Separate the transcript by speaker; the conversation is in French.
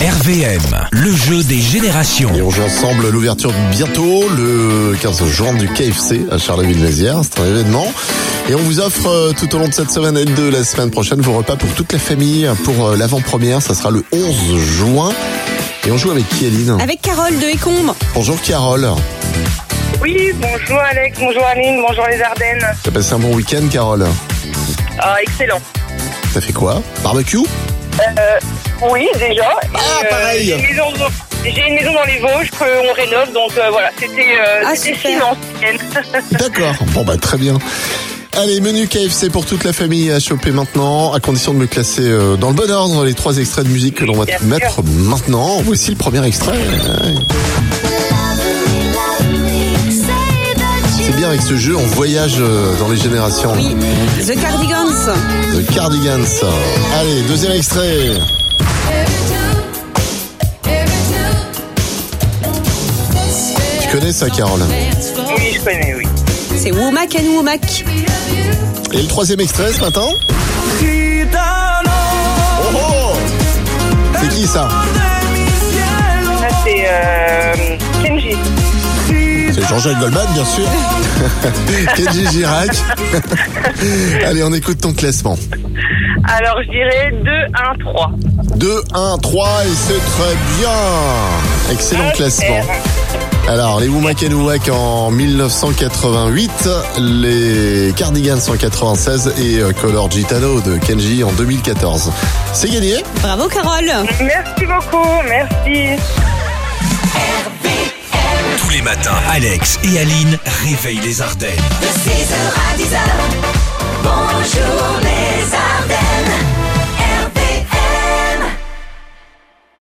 Speaker 1: RVM, le jeu des générations.
Speaker 2: Et on joue ensemble l'ouverture bientôt, le 15 juin du KFC à Charleville-Mézières. C'est un événement. Et on vous offre euh, tout au long de cette semaine et de la semaine prochaine vos repas pour toute la famille. Pour euh, l'avant-première, ça sera le 11 juin. Et on joue avec qui, Aline
Speaker 3: Avec Carole de Écombe.
Speaker 2: Bonjour, Carole.
Speaker 4: Oui, bonjour Alex, bonjour Aline, bonjour les Ardennes.
Speaker 2: T'as passé un bon week-end, Carole
Speaker 4: Ah, excellent.
Speaker 2: T'as fait quoi Barbecue
Speaker 4: Oui, déjà. euh,
Speaker 2: Ah, pareil.
Speaker 4: J'ai une, maison dans- j'ai une maison dans les Vosges qu'on rénove, donc euh, voilà, c'était euh,
Speaker 3: Ah,
Speaker 4: c'était
Speaker 3: super.
Speaker 4: chiant, ce week-end.
Speaker 2: D'accord. Bon, bah, très bien. Allez, menu KFC pour toute la famille à choper maintenant, à condition de me classer euh, dans le bon ordre les trois extraits de musique que l'on va
Speaker 4: Bien
Speaker 2: te
Speaker 4: sûr.
Speaker 2: mettre maintenant. Voici le premier extrait. Ouais. C'est bien avec ce jeu, on voyage euh, dans les générations.
Speaker 3: Oui. The Cardigans.
Speaker 2: The Cardigans. Allez, deuxième extrait.
Speaker 5: Tu connais ça, Carole
Speaker 4: Oui, je connais, oui.
Speaker 3: C'est Womack and Womack.
Speaker 2: Et le troisième extrait ce matin Oh, oh C'est qui ça
Speaker 4: Ça, c'est euh, Kenji.
Speaker 2: C'est Jean-Jacques Goldman, bien sûr. Kenji Girac. Allez, on écoute ton classement.
Speaker 4: Alors, je dirais 2, 1, 3.
Speaker 2: 2, 1, 3, et c'est très bien. Excellent classement. Alors, les Woumak and Wouak en 1988, les Cardigans en 96 et euh, Color Gitano de Kenji en 2014. C'est gagné
Speaker 3: Bravo, Carole.
Speaker 4: Merci beaucoup, merci.
Speaker 1: Tous les matins, Alex et Aline réveillent les Ardennes.
Speaker 6: De 6h à 10h, bonjour les Ardennes.